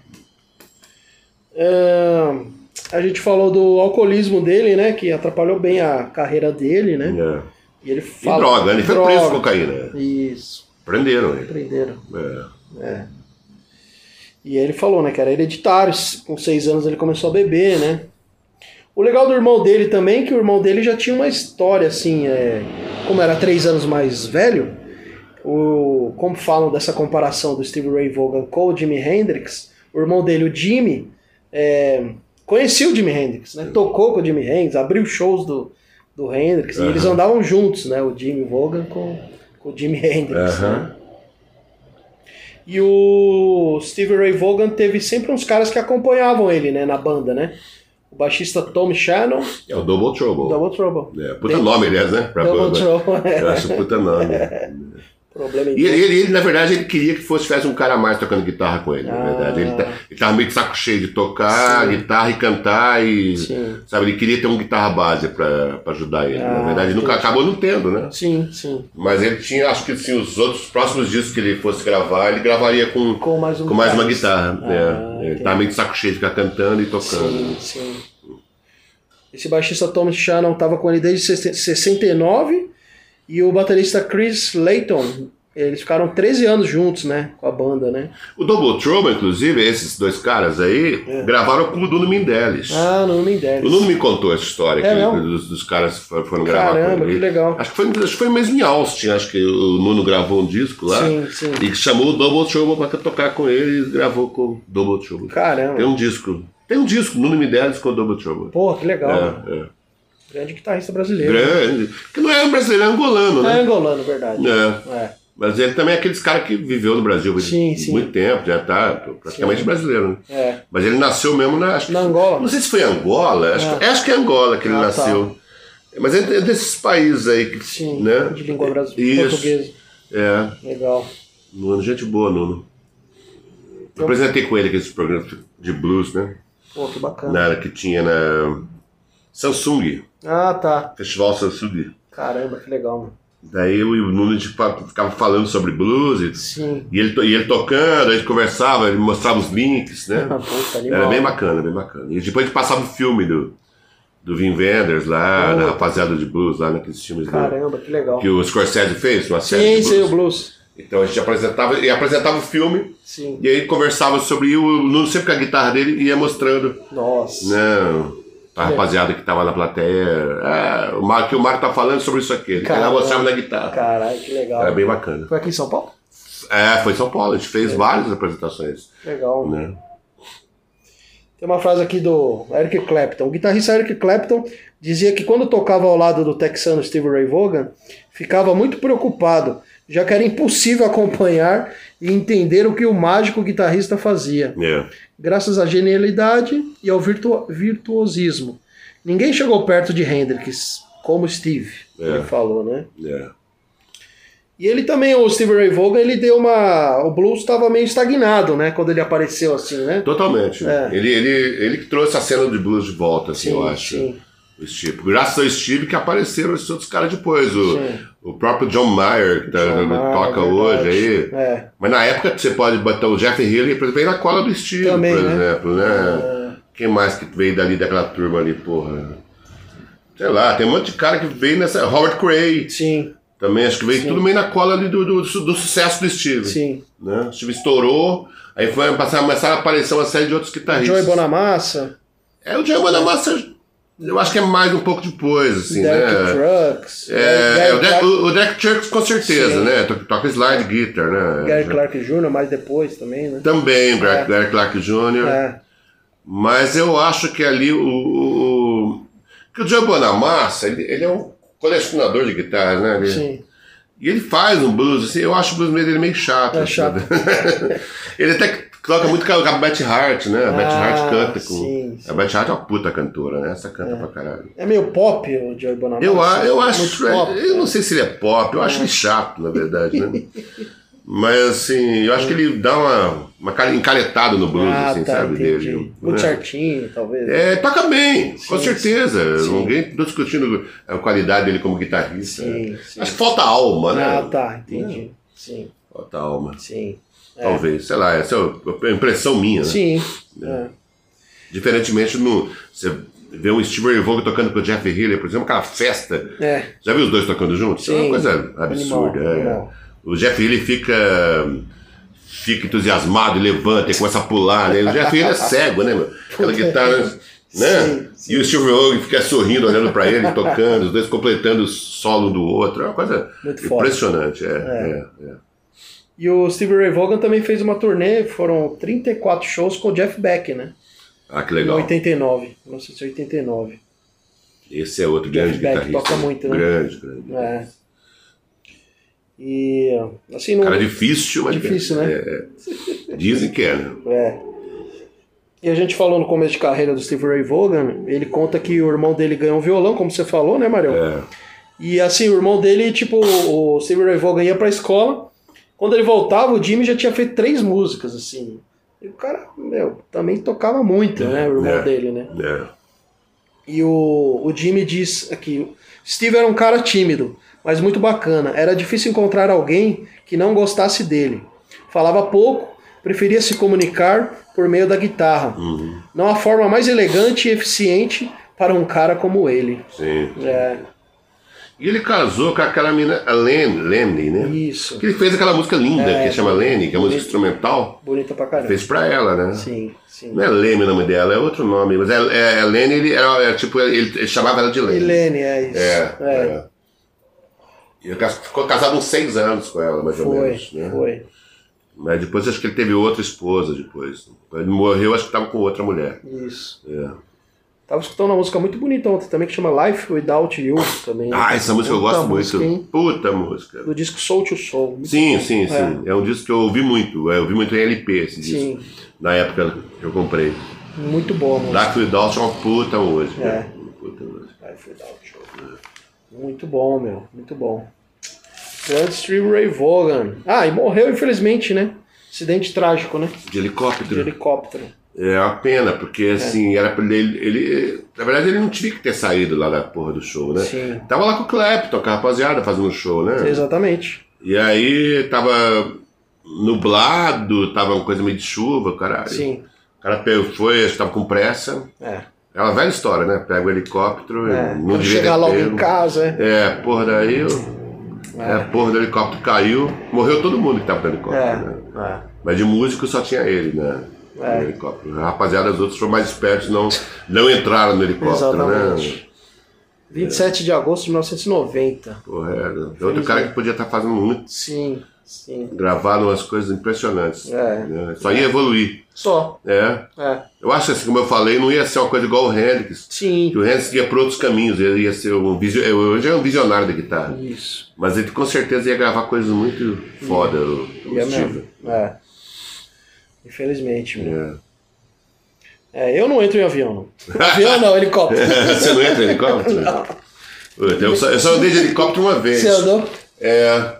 Ahn, a gente falou do alcoolismo dele, né? Que atrapalhou bem a carreira dele, né?
É.
E ele
E
fala.
droga, né? ele foi
Droga.
preso por cocaína.
Isso,
Prenderam ele.
prenderam.
É.
É. E aí ele falou, né, que era hereditário. Com seis anos ele começou a beber, né? O legal do irmão dele também é que o irmão dele já tinha uma história, assim, é, como era três anos mais velho, o, como falam dessa comparação do Steve Ray Vaughan com o Jimi Hendrix, o irmão dele, o Jimmy, é, conhecia o Jimi Hendrix, né? Tocou com o Jimi Hendrix, abriu shows do, do Hendrix, e
Aham.
eles andavam juntos, né? O Jimmy Vaughan com, com o Jimi Hendrix,
Aham.
né? E o Steve Ray Vaughan teve sempre uns caras que acompanhavam ele, né, na banda, né? O baixista Tom Shannon,
É o Double Trouble.
Double Trouble.
É, puta nome, aliás, né? Pra
Double
banda.
Trouble, é.
Eu acho puta nome.
Problema
E
em
ele, ele, ele, na verdade, ele queria que fosse tivesse um cara a mais tocando guitarra com ele, na
Ah.
verdade. Ele, tá- ele tava meio de saco cheio de tocar
Sim.
guitarra e cantar e.
Sim.
Sabe, ele queria ter uma guitarra base pra, pra ajudar ele. na
Ah,
verdade, nunca
entendi.
acabou não tendo, né?
Sim, sim.
Mas ele tinha, acho que sim, os outros próximos discos que ele fosse gravar, ele gravaria com,
Com mais um
com mais uma
guitarrista.
guitarra.
Ah,
é. Ele
entendi.
tava meio de saco cheio de ficar cantando e
Sim,
tocando.
sim. Esse baixista Tom Shannon tava com ele desde 69 e o baterista Chris Layton, eles ficaram 13 anos juntos, né, com a banda, né?
O Double Trouble, inclusive, esses dois caras aí, gravaram com o Nuno Mindeles.
É. Ah, não me deve.
O Nuno me contou essa história
É
que
mesmo?
dos, dos caras que foram foram gravar
Caramba,
com ele.
que legal.
Acho que, foi, acho que foi mesmo em Austin, acho que o Nuno gravou um disco lá.
Sim, sim.
E chamou o Double Trouble pra tocar com ele e gravou com o Double Trouble. Tem
Caramba.
um disco. Tem um disco, Nuno Mindeles com o Double Trouble.
Porra, que legal.
É, é.
Grande guitarrista brasileiro.
Grande. Que não é um brasileiro, é angolano,
É
né?
angolano, verdade.
É.
É.
Mas ele também é aqueles caras que viveu no Brasil há
Sim, sim.
muito tempo, já tá praticamente
Sim.
brasileiro, né?
É.
Mas ele nasceu mesmo na. Acho que-
Na Angola.
Não sei se foi Angola, acho, que- acho que é Angola que ele
Ah, tá.
nasceu. Mas é de- desses países aí que.
Sim,
né?
de língua brasileira,
Isso.
portuguesa.
É,
Legal.
Nuno, gente boa, Nuno. Eu apresentei com ele aqueles programas de blues, né?
Pô, que bacana.
Na área que tinha na. Samsung,
Ah, tá.
Festival Samsung.
Caramba, que legal, mano.
Daí eu e o Nuno a gente fa- ficava falando sobre blues e
Sim.
E ele, to- e ele tocando, a gente conversava, ele mostrava os links, né?
Ah, puta, animal.
Era bem bacana, bem bacana. E depois a gente passava o filme do, do Vin Wenders lá,
Puta.
da Rapaziada de Blues, lá naqueles filmes do-
Caramba, que legal.
que o Scorsese fez, uma série
é Sim,
de
sim, o
blues.
blues.
Então a gente apresentava, e apresentava o filme,
Sim.
e aí conversava sobre, e o Nuno sempre com a guitarra dele ia mostrando,
Nossa.
Né? não...
É.
A rapaziada que tava na plateia. Ah, o Marco, que o Marco tá falando sobre isso aqui. Ele ia lá
Caramba.
mostrava na guitarra.
Caralho, que legal.
Era É bem bacana.
Foi aqui em São Paulo?
É, foi em São Paulo, a gente fez várias apresentações.
Legal.
Né?
Tem uma frase aqui do Eric Clapton. O guitarrista Eric Clapton dizia que quando tocava ao lado do texano Steve Ray Vaughan, ficava muito preocupado, já que era impossível acompanhar e entender o que o mágico guitarrista fazia.
É.
graças à genialidade e ao virtu- virtuosismo. Ninguém chegou perto de Hendrix, como Steve,
É.
ele falou, né?
É.
E ele também, o Steve Ray Vaughan, ele deu uma... O blues estava meio estagnado, né? Quando ele apareceu assim, né?
Totalmente.
É.
Ele, ele, ele que trouxe a cena de blues de volta, assim, eu acho.
Sim,
O Steve. Graças ao Steve que apareceram esses outros caras depois. O,
sim.
o próprio John Mayer, que tá-
John Mayer,
toca
verdade.
hoje aí.
É.
Mas na época que você pode botar o Jeff Healy, por exemplo, veio na cola do Steve,
Também,
por
né?
exemplo, né? Quem mais que veio dali daquela turma ali, porra? Sei lá, tem um monte de cara que veio nessa. Robert Cray
Sim,
também, acho que veio
Sim.
tudo meio na cola ali do, do, do sucesso do Steve.
sim.
Né? O Steve estourou, aí foi, passar- começaram a aparecer uma série de outros guitarristas.
Joey Bonamassa,
É, o Diego da Massa, eu acho que é mais um pouco depois, assim,
Derek
né?
Trucks,
É, é, o
Gary,
Derek-
Clark,
o, o Derek Turks com certeza,
Sim.
né? To- Toca slide guitar, né?
Gary
Já-
Clark Jr., mais depois também, né?
Também, o Gary,
É.
Gary Clark Jr.
É,
Mas eu acho que ali o. o, o que o Joe Bonamassa, ele, ele é um colecionador de guitarras, né? Ele-
sim.
E ele faz um blues, assim, eu acho o blues dele meio chato.
É
assim,
chato.
né? ele até que toca muito com a com a Beth Hart, né? A Beth
Ah,
Hart canta com.
sim, sim.
A Beth Hart é uma puta cantora, né? Essa canta pra caralho.
É meio pop o Joey Bonamassa. né?
Eu, a- eu
Muito
acho.
pop.
É.
eu não sei se ele é pop, eu acho ele chato, na verdade, né? Mas assim, eu acho que ele dá uma, uma cara encaretada no blues,
Ah,
assim,
tá,
sabe?
entendi.
Dele,
Muito
né?
certinho, talvez.
É, toca bem, com
Sim,
certeza.
sim.
Ninguém tá discutindo a qualidade dele como guitarrista.
Sim, sim.
Acho que falta alma, né?
Ah, tá, entendi. Sim,
Falta alma.
sim. É.
Talvez, sei lá, essa é a impressão minha, né?
Sim.
É. Diferentemente no. Você vê um Steve Ray Vaughan tocando com o Jeff Healy, por exemplo, aquela festa.
É. é.
Já viu os dois tocando juntos? é
Sim.
uma coisa absurda.
Animal,
é.
animal.
O Jeff Healy fica. Fica entusiasmado, e levanta e começa a pular, né? O Jeff Healy é cego, né, meu? Aquela guitarra, né?
Sim, sim.
E o Steve Hogan fica sorrindo, olhando pra ele, tocando, os dois completando o solo um do outro. É uma coisa
Muito foda.
impressionante. É, é, é.
E o Steve Ray Vaughan também fez uma turnê, foram 34 shows com o Jeff Beck, né?
Ah, que
Em
legal.
89, 1989.
Esse é outro
Jeff
grande
Beck
guitarrista.
toca muito, né?
Grande, grande.
É. E assim não.
Cara difícil, mas
Difícil, né?
É. Dizem que é, né?
É. E a gente falou no começo de carreira do Steve Ray Vaughan, ele conta que o irmão dele ganhou um violão, como você falou, né, Marião?
É.
E assim, o irmão dele, tipo, o Steve Ray Vaughan ia pra escola. Quando ele voltava, o Jimmy já tinha feito três músicas, assim. E o cara, meu, também tocava muito, né? O irmão
É.
dele, né?
É.
E o, o Jimmy diz aqui: Steve era um cara tímido, mas muito bacana. Era difícil encontrar alguém que não gostasse dele. Falava pouco, preferia se comunicar por meio da guitarra.
Uhum.
Não há forma mais elegante e eficiente para um cara como ele.
Sim.
É,
E ele casou com aquela menina, a Len, Lemney, né?
isso.
Que ele fez aquela música linda que chama Lenny, que é uma música instrumental.
Bonita pra caramba.
Fez pra ela, né?
É. Sim, sim.
Não é Leme o nome dela, é outro nome. Mas é, é, é Lenny, ele, era, é, tipo, ele, ele chamava ela de Lenny.
Helene, é isso.
É, é. E ele cas- ficou casado uns seis anos com ela, mais ou
Foi,
menos. Né?
foi.
Mas depois acho que ele teve outra esposa depois. Quando ele morreu, acho que tava com outra mulher.
Isso.
É.
Tava escutando uma música muito bonita ontem também, que chama Life Without You também.
Ah, essa música eu
Puta
gosto
música,
muito.
hein?
Puta música.
Do disco Soul to Soul.
Sim, sim, sim. É. um disco que eu ouvi muito. É, Eu ouvi muito em LP esse
Sim.
disco. Na época que eu comprei.
Muito boa a música.
Dark Without é uma puta música.
É.
Uma puta música.
Aí fui dar o show. Muito bom, meu. Muito bom. Grande Steve Ray Vaughan. Ah, e morreu, infelizmente, né? Acidente trágico, né?
De helicóptero.
De helicóptero.
É uma pena, porque assim, era pra ele, ele. Na verdade, ele não tinha que ter saído lá da porra do show, né?
Sim.
Tava lá com o Clapton, com a rapaziada fazendo show, né?
Exatamente.
E aí tava nublado, tava uma coisa meio de chuva, caralho.
Sim.
O cara pegou- foi, acho que tava com pressa.
É.
É uma velha história, né? Pega o helicóptero,
é.
não
Quero
devia
chegar
ter
logo
pego.
em casa,
É, porra daí. eu- É.
É.
porra do helicóptero caiu. Morreu todo mundo que tava no
é.
helicóptero, né?
É.
Mas de músico só tinha ele, né?
É.
No helicóptero. A rapaziada, os outros foram mais espertos, não, não entraram no helicóptero, né?
Exatamente. 27 de agosto de 1990.
Porra, era. Outro cara que podia estar fazendo muito.
Sim, sim.
Gravando umas coisas impressionantes.
É.
né? Só ia evoluir.
Só.
É.
É.
Eu acho assim, como eu falei, não ia ser uma coisa igual o Hendrix.
Sim.
Que o Hendrix ia para outros caminhos. Ele ia ser um visio... Hoje é um visionário da guitarra.
Isso.
Mas ele com certeza ia gravar coisas muito foda, o, o
E é
Steve.
mesmo. É. Infelizmente, meu.
É.
É, eu não entro em avião, não. Avião não, helicóptero.
Você não entra em helicóptero? Puta, Eu só, eu só andei de helicóptero uma vez.
Você andou?
É,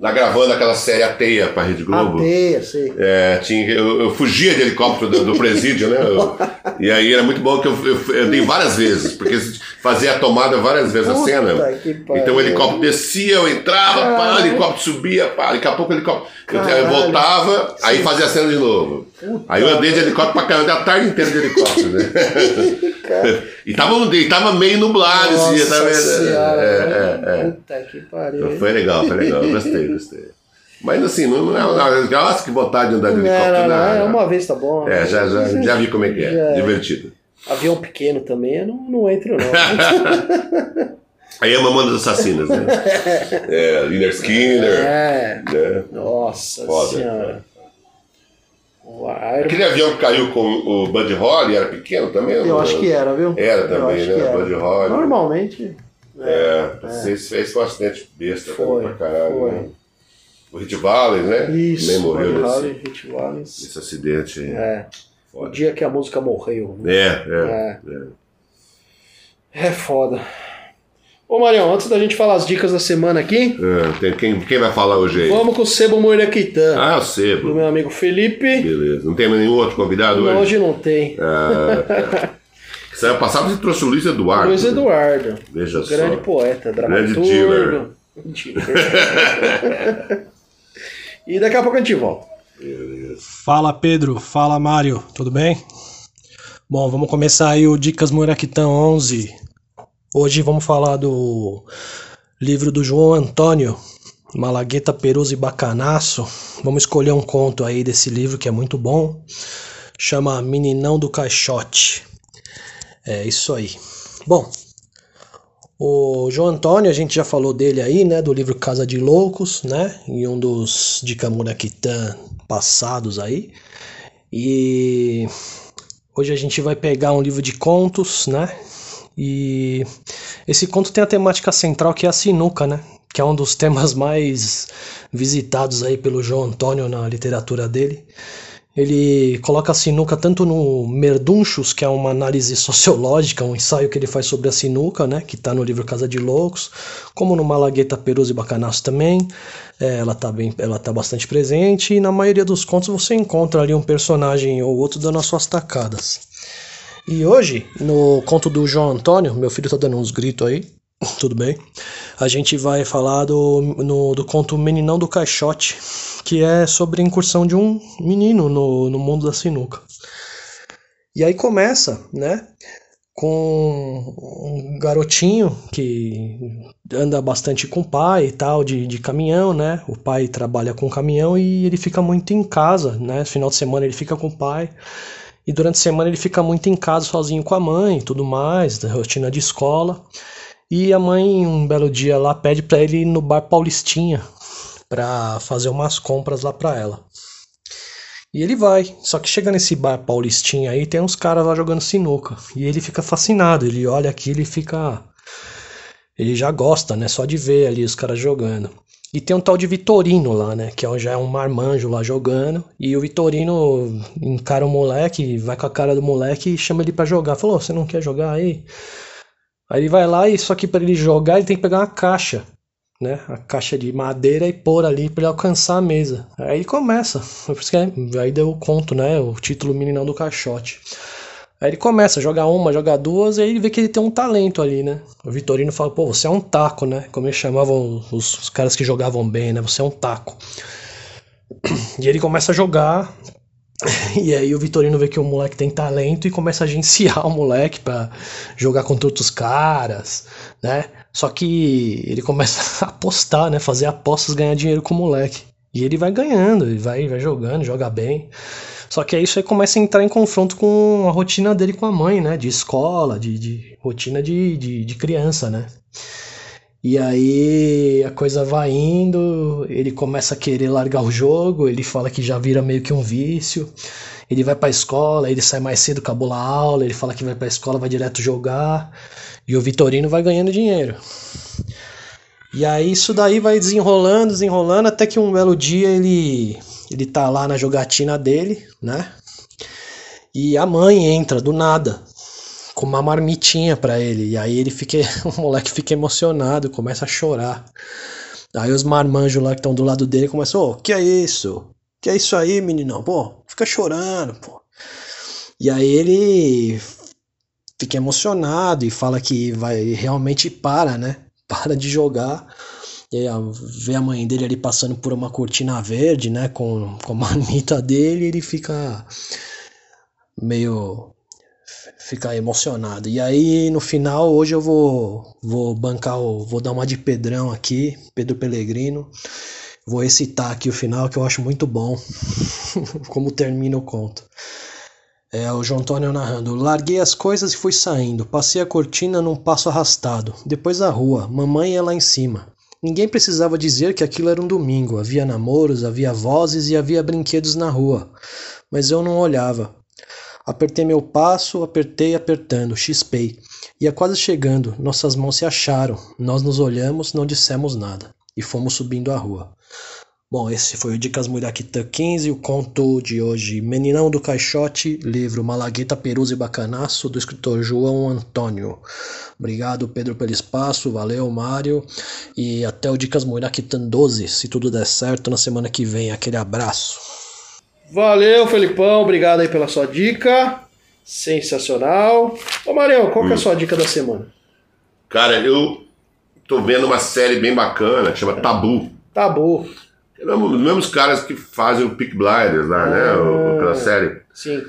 lá gravando aquela série Ateia pra Rede Globo.
Ateia, sei.
É, tinha, eu, eu fugia de helicóptero do, do presídio, né? Eu- e aí era muito bom que eu, eu, eu dei várias vezes, porque fazia a tomada várias vezes
Puta
a cena.
que pariu.
Então o helicóptero descia, eu entrava, pá, o
Caralho.
helicóptero subia, pá, daqui a pouco o helicóptero. Eu, eu
Caralho.
voltava, aí fazia a cena de novo. aí eu andei de helicóptero pra caramba, andei a tarde inteira de helicóptero, né? e, tava, um e tava meio nublado esse dia, tava.
Nossa senhora,
tá é, é, é.
Puta que pariu.
Foi legal, foi legal. Eu Gostei, gostei. Mas assim, não, não é uma. Nossa, que vontade de andar de
Não,
helicóptero.
não, não,
não,
é
não.
uma vez tá bom.
É, já, já, já vi como é que é.
Já.
Divertido.
Avião pequeno também, eu não, não entro não.
Aí é Mamonas Assassinas, né? é, Liner Skinner.
é,
Né?
nossa
Foda. É.
senhora. O Iron...
Aquele avião que caiu com o Buddy Holly era pequeno também?
Eu acho que era, viu?
Era
Eu
também,
acho
né?
que era.
Buddy Holly.
Normalmente.
É, Esse, esse foi um acidente besta
Foi,
também pra caralho.
foi.
Né? O Hit Valley, né?
Isso.
Também morreu
Buddy Holly,
nesse,
Hit Wallace.
nesse acidente É, aí.
É. O
Foda.
dia que a música morreu.
É, é.
É. É foda. Ô Marião, antes da gente falar as dicas da semana aqui,
É, tem- quem, quem vai falar hoje aí?
vamos com o Sebo Moiraquitã,
Ah, o
do
Sebo.
meu amigo Felipe.
Beleza. Não tem nenhum outro convidado
Não,
hoje?
hoje não tem.
É, Saiu passado você trouxe o Luiz Eduardo.
Luiz Eduardo,
Veja só.
grande poeta,
Grande
dramaturgo. e daqui a pouco a gente volta.
Fala Pedro, fala Mário, tudo bem? Bom, vamos começar aí o Dicas Muraquitão 11. Hoje vamos falar do livro do João Antônio, Malagueta, Perus e Bacanaço. Vamos escolher um conto aí desse livro que é muito bom. Chama Meninão do Caixote. É isso aí. Bom, o João Antônio, a gente já falou dele aí, né? Do livro Casa de Loucos, né? Em um dos de Camuraquitã passados aí. E hoje a gente vai pegar um livro de contos, né? E esse conto tem a temática central que é a sinuca, né? Que é um dos temas mais visitados aí pelo João Antônio na literatura dele. Ele coloca a sinuca tanto no Merdunchos, que é uma análise sociológica, um ensaio que ele faz sobre a sinuca, né, que está no livro Casa de Loucos, como no Malagueta Perus e Bacanaço também. É, ela está bem, ela tá bastante presente e na maioria dos contos você encontra ali um personagem ou outro dando as suas tacadas. E hoje, no conto do João Antônio, meu filho tá dando uns gritos aí, tudo bem. A gente vai falar do, no- do conto Meninão do Caixote, que é sobre a incursão de um menino no, no mundo da sinuca. E aí começa, né? Com um garotinho que anda bastante com o pai e tal, de, de caminhão, né? O pai trabalha com caminhão e ele fica muito em casa, né? Final de semana ele fica com o pai. E durante a semana ele fica muito em casa sozinho com a mãe e tudo mais, da rotina de escola. E a mãe, um belo dia lá, pede pra ele ir no bar Paulistinha pra fazer umas compras lá pra ela. E ele vai, só que chega nesse bar Paulistinha aí, tem uns caras lá jogando sinuca. E ele fica fascinado, ele olha aqui, ele fica. Ele já gosta, né? Só de ver ali os caras jogando. E tem um tal de Vitorino lá, né? Que é um- já é um marmanjo lá jogando. E o Vitorino encara o moleque, vai com a cara do moleque e chama ele pra jogar. Falou: "Ô, Você não quer jogar aí? Aí ele vai lá e só que pra ele jogar ele tem que pegar uma caixa, né? A caixa de madeira e pôr ali pra ele alcançar a mesa. Aí ele começa. Foi Por isso que é- aí deu o conto, né? O título Meninão do Caixote. Aí ele começa, joga uma, joga duas, e aí ele vê que ele tem um talento ali, né? O Vitorino fala, pô, você é um taco, né? Como eles chamavam os, os caras que jogavam bem, né? Você é um taco. E ele começa a jogar, e aí o Vitorino vê que o moleque tem talento e começa a agenciar o moleque pra jogar contra outros caras, né? Só que ele começa a apostar, né? Fazer apostas, ganhar dinheiro com o moleque. E ele vai ganhando, ele vai, vai jogando, joga bem. Só que aí isso aí começa a entrar em confronto com a rotina dele com a mãe, né? De escola, de, de rotina de, de, de criança, né? E aí a coisa vai indo, ele começa a querer largar o jogo, ele fala que já vira meio que um vício. Ele vai pra escola, ele sai mais cedo, acabou a aula, ele fala que vai pra escola, vai direto jogar. E o Vitorino vai ganhando dinheiro. E aí isso daí vai desenrolando, desenrolando, até que um belo dia ele, ele tá lá na jogatina dele, né? E a mãe entra do nada com uma marmitinha pra ele. E aí ele fica, o moleque fica emocionado, começa a chorar. Aí os marmanjos lá que estão do lado dele começam, ô, que é isso? Que é isso aí, meninão? Pô, fica chorando, pô. E aí ele fica emocionado e fala que vai realmente para, né? Para de jogar. E aí a- vê a mãe dele ali passando por uma cortina verde, né? Com, com a manita dele, ele fica meio ficar emocionado. E aí, no final, hoje eu vou, vou bancar, o, vou dar uma de Pedrão aqui, Pedro Pellegrino. Vou recitar aqui o final que eu acho muito bom, como termina o conto. É o João Antônio narrando. Larguei as coisas e fui saindo. Passei a cortina num passo arrastado. Depois a rua. Mamãe ia lá em cima. Ninguém precisava dizer que aquilo era um domingo. Havia namoros, havia vozes e havia brinquedos na rua. Mas eu não olhava. Apertei meu passo, apertei apertando, chispei. Ia quase chegando, nossas mãos se acharam, nós nos olhamos, não dissemos nada, e fomos subindo a rua. Bom, esse foi o Dicas Muraquitã 15, o conto de hoje Meninão do Caixote, livro Malagueta, Perus e Bacanaço, do escritor João Antônio. Obrigado, Pedro, pelo espaço, valeu, Mário, e até o Dicas Muraquitã 12, se tudo der certo, na semana que vem. Aquele abraço.
Valeu, Felipão. Obrigado aí pela sua dica. Sensacional. Ô, Marião,
Hum.
qual que é a sua dica da semana?
Cara, eu tô vendo uma série bem bacana, que chama Tabu.
Tá bom.
É mesmo- Os mesmos caras que fazem o Peak Blinders lá, né?
É.
o- Aquela série.
Sim.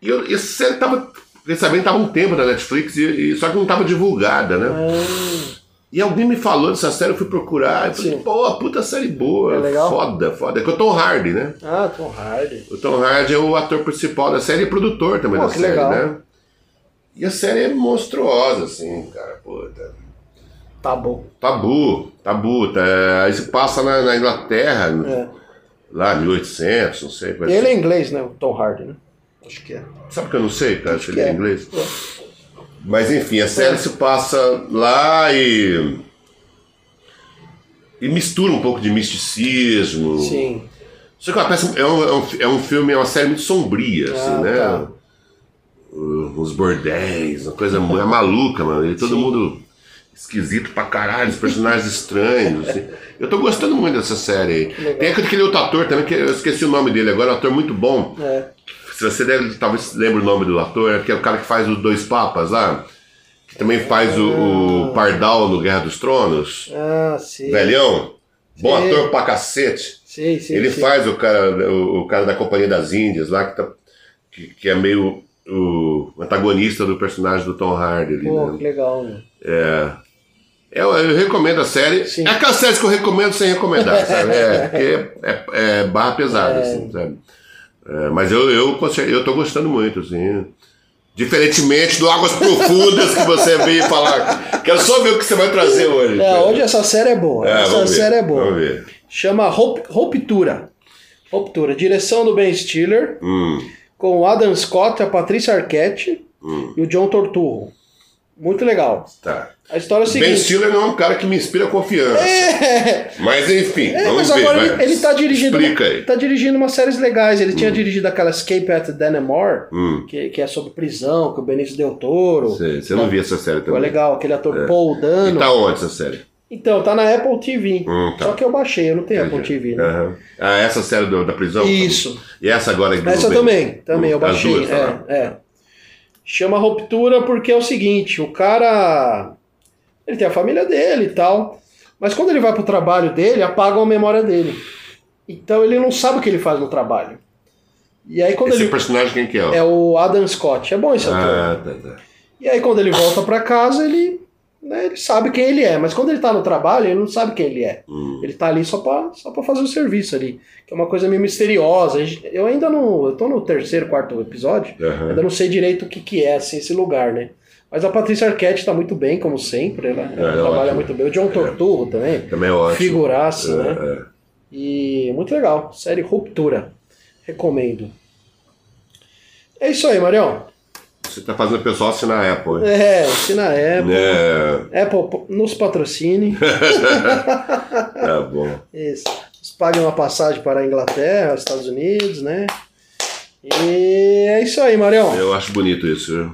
E eu, essa série tava. Fiquei sabendo tava um tempo na Netflix, e, e- só que não tava divulgada, né?
É. Hum,
E alguém me falou dessa série, eu fui procurar. Eu falei,
Sim.
pô, puta série boa.
É legal?
Foda, foda. É que o Tom Hardy, né?
Ah, Tom Hardy.
O Tom Hardy é o ator principal da série e produtor também
Pô,
da
que
série,
legal.
né? E a série é monstruosa, assim, cara, puta.
Tá bom.
Tabu, tabu. Tá, aí se passa na, na Inglaterra,
É.
lá 1800, não sei. assim. Mas,
Ele é inglês, né? O Tom Hardy, né? Acho que é.
Sabe que eu não sei, cara, se ele é
que é.
inglês? Mas enfim, a série se passa lá e. E mistura um pouco de misticismo.
Sim.
Só que é uma peça- é, um, é, um, é um filme, é uma série muito sombria, assim,
Ah,
né?
tá.
Uh, Os bordéis, uma coisa mu- é maluca, mano. E todo mundo esquisito pra caralho, os personagens estranhos. assim. Eu tô gostando muito dessa série aí. Tem aquele outro ator também, que eu esqueci o nome dele agora, é um ator muito bom.
É.
Se você deve, talvez lembre o nome do ator, é que é o cara que faz os Dois Papas lá, que também faz o, o Pardal no Guerra dos Tronos.
Ah, sim.
Velhão, bom
Sim.
ator pra cacete.
Sim, sim.
Ele
sim.
faz o cara, o, o cara da Companhia das Índias lá, que, tá- que, que é meio o antagonista do personagem do Tom Hardy. ali,
Pô,
né?
que legal, né?
eu, eu recomendo a série.
Sim.
É aquela série que eu recomendo sem recomendar, sabe? É, porque é, é barra pesada, assim, sabe? É, mas eu, eu, conse- eu tô gostando muito, assim. Diferentemente do Águas Profundas que você veio falar. Quero só ver o que você vai trazer hoje.
É, hoje essa série é boa.
É,
essa
vamos ver,
série é boa.
Vamos ver.
Chama Roup- Ruptura. Ruptura. Direção do Ben Stiller,
Hum,
com o Adam Scott, a Patrícia Arquette
Hum.
e o John Torturro. Muito legal.
tá.
A história é a
Ben
seguinte.
Stiller não é um cara que me inspira confiança. Mas enfim,
É,
vamos
mas
ver.
agora ele,
vai.
ele tá dirigindo.
Explica
Uma,
aí.
tá dirigindo umas séries legais. Ele tinha dirigido aquela Escape at Denimore,
Hum.
que, que é sobre prisão, que o Benício Del Toro.
Você, você não viu essa série
Foi
também?
legal, aquele ator Paul Dano.
E tá onde essa série?
Então, tá na Apple TV.
Hum, tá.
Só que eu baixei, eu não tenho Apple TV, né?
Aham. Ah, essa série do- da prisão?
Isso.
E essa agora? é do
Essa
Ben-
também, também, eu
As
baixei.
duas, tá?
é, é. Chama ruptura porque é o seguinte, o cara. Ele tem a família dele e tal. Mas quando ele vai pro trabalho dele, apagam a memória dele. Então ele não sabe o que ele faz no trabalho. E aí quando
Esse
ele.
personagem quem que é?
É o Adam Scott. É bom esse ator.
Ah, tá, tá.
E aí quando ele volta pra casa, ele. né, ele sabe quem ele é, mas quando ele tá no trabalho, ele não sabe quem ele é.
Hum.
Ele tá ali só pra, só pra fazer o serviço ali. Que é uma coisa meio misteriosa. A gente- Eu ainda não. Eu tô no terceiro, quarto episódio.
Aham.
Ainda não sei direito o que, que é assim, esse lugar, né? Mas a Patrícia Arquette tá muito bem, como sempre. Ela, ela
é
trabalha
ótimo.
muito bem. O John Torturro também.
Também é ótimo.
Figuraça,
É,
né? E muito legal. Série Ruptura. Recomendo. É isso aí, Marião.
é. Você tá fazendo o pessoal assinar a Apple, hein?
É, assina a Apple.
É,
Apple po- nos patrocine.
tá bom.
Isso. Eles pagam uma passagem para a Inglaterra, Estados Unidos, né? E é isso aí, Marião.
Eu acho bonito isso, viu?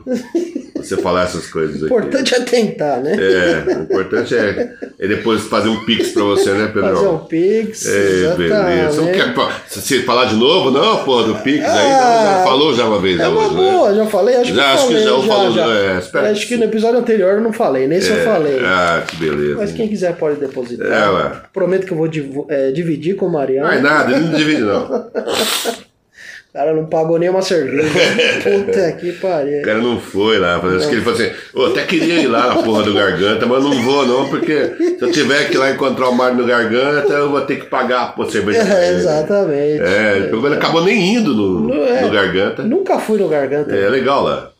Você falar essas coisas aqui.
O importante é tentar, né?
É, o importante é, é depois fazer um pix pra você, né, Pedrão?
Fazer um Pix.
É, beleza. Não quer, fa- se- se falar de novo, não, pô, do Pix aí, não, já
Ah,
falou já uma vez né?
É uma
hoje,
boa, já falei, acho que
Já, acho que
falei,
já
já,
eu falo,
já.
é, espera
acho
que
que
sim.
no episódio anterior eu não falei, nesse eu falei.
né? Ah, que beleza.
Mas quem quiser pode depositar.
É, ué.
Prometo que eu vou div- é, dividir com o Marião.
Não é nada, ele não divide, não.
O cara não pagou nem uma cerveja. Puta que
O
pariu.
cara não foi lá. Acho que ele falou assim, "Ô, até queria ir lá na porra do garganta, mas não vou, não, porque se eu tiver que ir lá encontrar o Mário no garganta, eu vou ter que pagar a cerveja. pra
É,
ele."
exatamente.
né? É, ele pegou- ele acabou nem indo no,
Não é.
no garganta.
Nunca fui no Garganta.
É legal lá.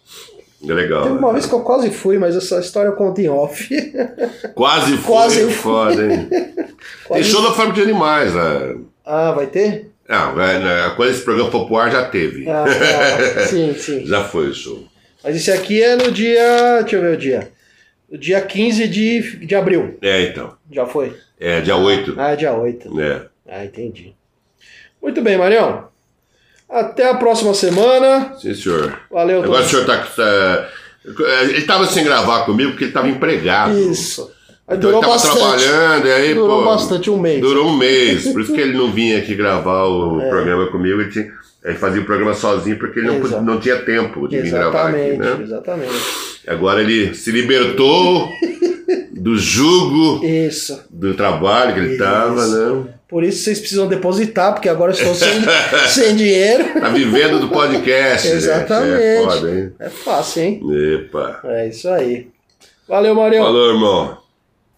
É legal.
Teve uma vez que eu quase fui, mas essa história eu conto em off.
Quase foi. é
Quase eu
Foda, hein? Tem
Quase-
show da fábrica de animais lá.
Ah, vai ter?
Não, vai- né, quando esse programa popular já teve.
Ah, tá. sim, sim.
Já foi o show.
Mas esse aqui é no dia. Deixa eu ver o dia. O dia 15 de, de abril.
É, então.
Já foi?
É, dia 8.
Ah, é dia 8.
É.
Ah, entendi.
Muito bem, Marião. Até a próxima semana.
Sim, senhor.
Valeu,
Agora o
todos.
senhor tá. tá- ele tava sem gravar comigo porque ele tava empregado.
Isso. Aí
Então ele
durou
tava
bastante.
trabalhando, e aí,
Durou
pô,
bastante, um mês.
Durou um mês, por isso que ele não vinha aqui gravar o
É.
programa comigo. Ele, tinha- ele fazia o programa sozinho porque ele não,
Exato.
pod- não tinha tempo de vir gravar aqui,
Exatamente,
né?
exatamente.
Agora ele se libertou do jugo
Isso.
do trabalho que ele
Isso.
tava, né?
Por isso vocês precisam depositar, porque agora eu estou sem, sem dinheiro.
Tá vivendo do podcast. gente. É
Exatamente.
foda, hein?
É fácil, hein?
Epa.
É isso aí. Valeu, Marião.
Falou, irmão.